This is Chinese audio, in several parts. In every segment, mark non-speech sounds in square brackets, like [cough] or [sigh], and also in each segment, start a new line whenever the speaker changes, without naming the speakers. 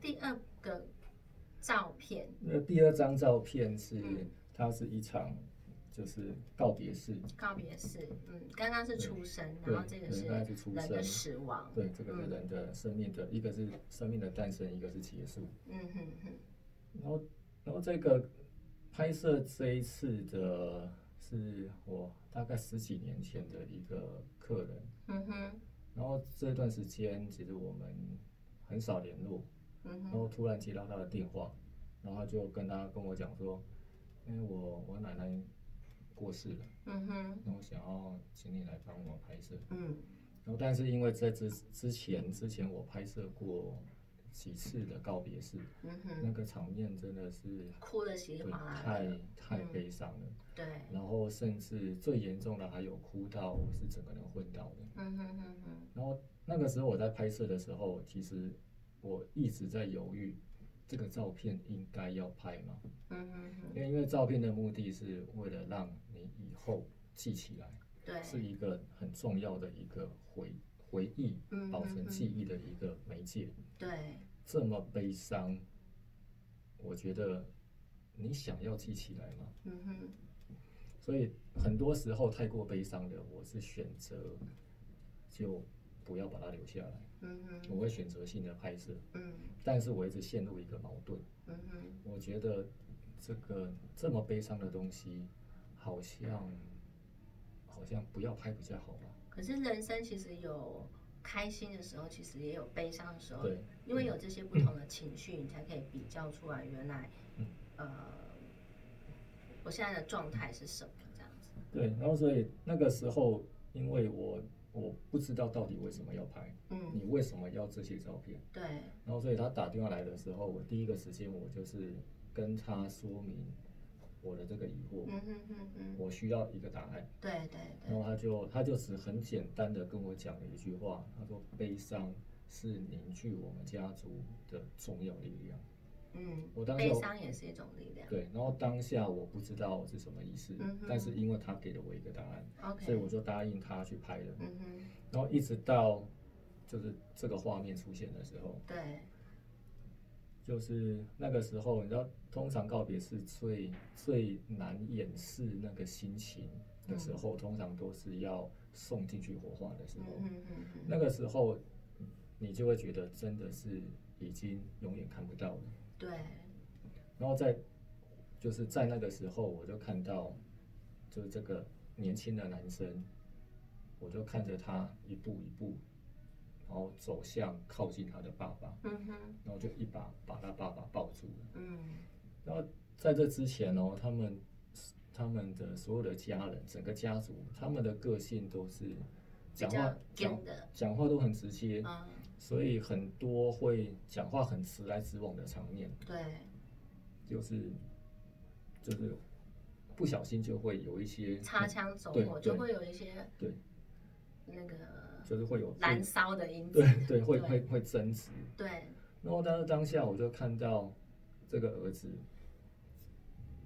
第二个照片，
那呃第二张照片是
嗯
它是一场就是告别式，
告别式，嗯，刚刚是出生，
对
然后这个
对
是
刚才是出
人的
生
死亡，
对这个
嗯
人的生命的、一个是生命的诞生，一个是结束。
嗯哼哼，
然后，然后这个拍摄这一次的是我大概十几年前的一个客人，
嗯哼，
然后这段时间其实我们很少联络，
嗯哼，
然后突然接到他的电话，然后他就跟他跟我讲说，因为我我奶奶过世了，
嗯哼，
那我想要请你来帮我拍摄。
嗯
然后，但是因为在之之前之前我拍摄过几次的告别式，
嗯哼，
那个场面真的是
哭的稀里
对
哗啦
太
的，
太
嗯
悲伤了。
对，
然后甚至最严重的还有哭到我是整个人昏倒的。
嗯哼哼哼，
然后那个时候我在拍摄的时候，其实我一直在犹豫，这个照片应该要拍吗？
嗯哼哼，
因为因为照片的目的是为了让你以后记起来，
对，
是一个很重要的一个回回忆
嗯，
保
嗯
存
嗯
记忆的一个媒介。
对，
这么悲伤，我觉得你想要记起来吗？
嗯哼，
所以很多时候太过悲伤的，我是选择就不要把它留下来，
嗯哼，
我会选择性的拍摄。
嗯
但是我一直陷入一个矛盾，
嗯哼，
我觉得这个这么悲伤的东西，好像好像不要拍比较好吧？
可是人生其实有开心的时候，其实也有悲伤的时候，
对，
因为有这些不同的情绪，你才可以比较出来原来
嗯，
呃，我现在的状态是什么这样子。
对，然后所以那个时候，因为我我不知道到底为什么要拍，
嗯，
你为什么要这些照片？
对，
然后所以他打电话来的时候，我第一个时间我就是跟他说明我的这个疑惑，
嗯哼哼哼，
我需要一个答案。
对对
然
对，
后他就他就只很简单的跟我讲了一句话，他说悲伤是凝聚我们家族的重要力量。
嗯，
我当时
悲
有
伤也是一种力量。
对，然后当下我不知道是什么意思，
嗯哼
但是因为他给了我一个答案，所
OK，
以我就答应他去拍了。
嗯哼，
然后一直到就是这个画面出现的时候，
对，
就是那个时候，你知道，通常告别是最最难掩饰那个心情的时候，通常都是要送进去火化的时
嗯
候。
哼哼哼，
那个时候，你就会觉得真的是已经永远看不到了。
对，
然后在就是在那个时候，我就看到，就是这个年轻的男生，我就看着他一步一步，然后走向靠近他的爸爸，
嗯哼，
然后就一把把他爸爸抱住了。
嗯，
然后在这之前哦，他们他们的所有的家人，整个家族，他们的个性都是
比
讲话
较
讲
硬的，
讲话都很直接，
嗯，
所以很多会讲话很直来直往的场面，
对，
就是就是不小心就会有一些
擦枪走
对
火
对
就会有一些
对，
那个
就是会有
燃烧的因子。
对对会
对
会会争执。
对，
然后但是当下我就看到这个儿子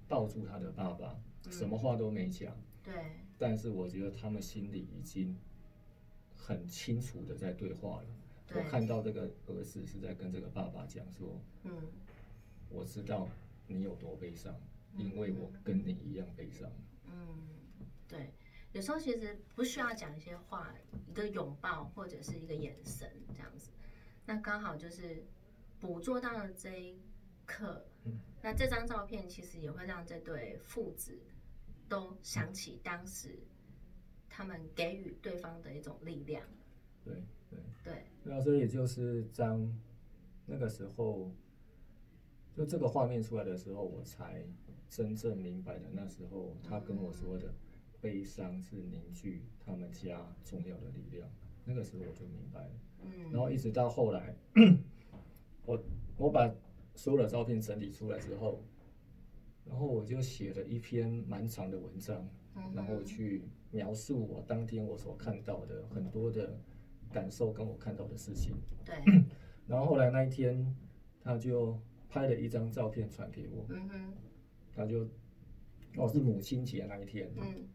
抱住他的爸爸，
嗯
什么话都没讲。
对，
但是我觉得他们心里已经很清楚的在对话了。我
对，
看到这个儿子是在跟这个爸爸讲说
嗯，：“
我知道你有多悲伤，因为我跟你一样悲伤。
嗯，对，有时候其实不需要讲一些话，一个拥抱或者是一个眼神这样子，那刚好就是捕捉到了这一刻。
嗯
那这张照片其实也会让这对父子都想起当时他们给予对方的一种力量。
对对
对，
对啊，所以也就是当那个时候，就这个画面出来的时候，我才真正明白的。那时候他跟我说的，悲伤是凝聚他们家重要的力量。那个时候我就明白了。然
嗯
后一直到后来，我我把所有的照片整理出来之后，然后我就写了一篇蛮长的文章，
嗯
然后
哼
去描述我当天我所看到的很多的感受跟我看到的事情。
嗯
[coughs]
对，
然后后来那一天，他就拍了一张照片传给我，
嗯哼，
他就哦是母亲节那一天，
嗯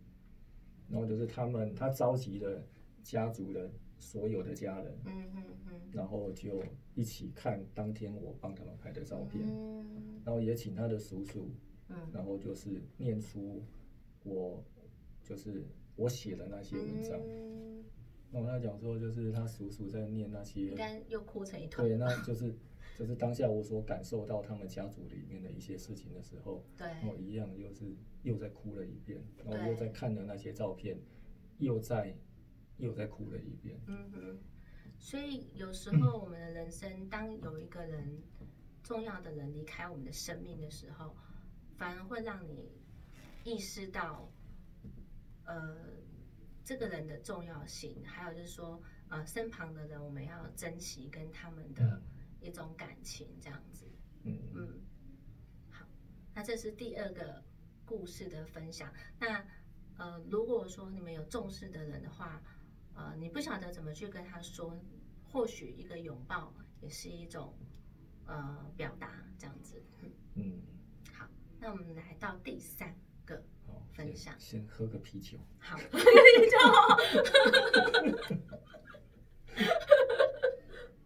然后就是他们他召集了家族的所有的家人，
嗯嗯嗯，
然后就一起看当天我帮他们拍的照片，
嗯
然后也请他的叔叔，
嗯
然后就是念出我就是我写的那些文章。
嗯
那我跟他讲说，就是他叔叔在念那些
应，该又哭成一团。
对，啊那就是就是当下我所感受到他们家族里面的一些事情的时候，
对，
然后一样又是又在哭了一遍，然后
对
又在看了那些照片，又在又在哭了一遍。
嗯哼。所以有时候我们的人生，当有一个人重要的人离开我们的生命的时候，反而会让你意识到，呃，这个人的重要性，还有就是说，呃，身旁的人我们要珍惜跟他们的一种感情，这样子。
嗯，
嗯，好，那这是第二个故事的分享。那呃，如果说你们有重视的人的话，呃，你不晓得怎么去跟他说，或许一个拥抱也是一种呃表达，这样子。
嗯，
那我们来到第三个
好，
分享 [laughs]
先先喝个啤酒。
好，就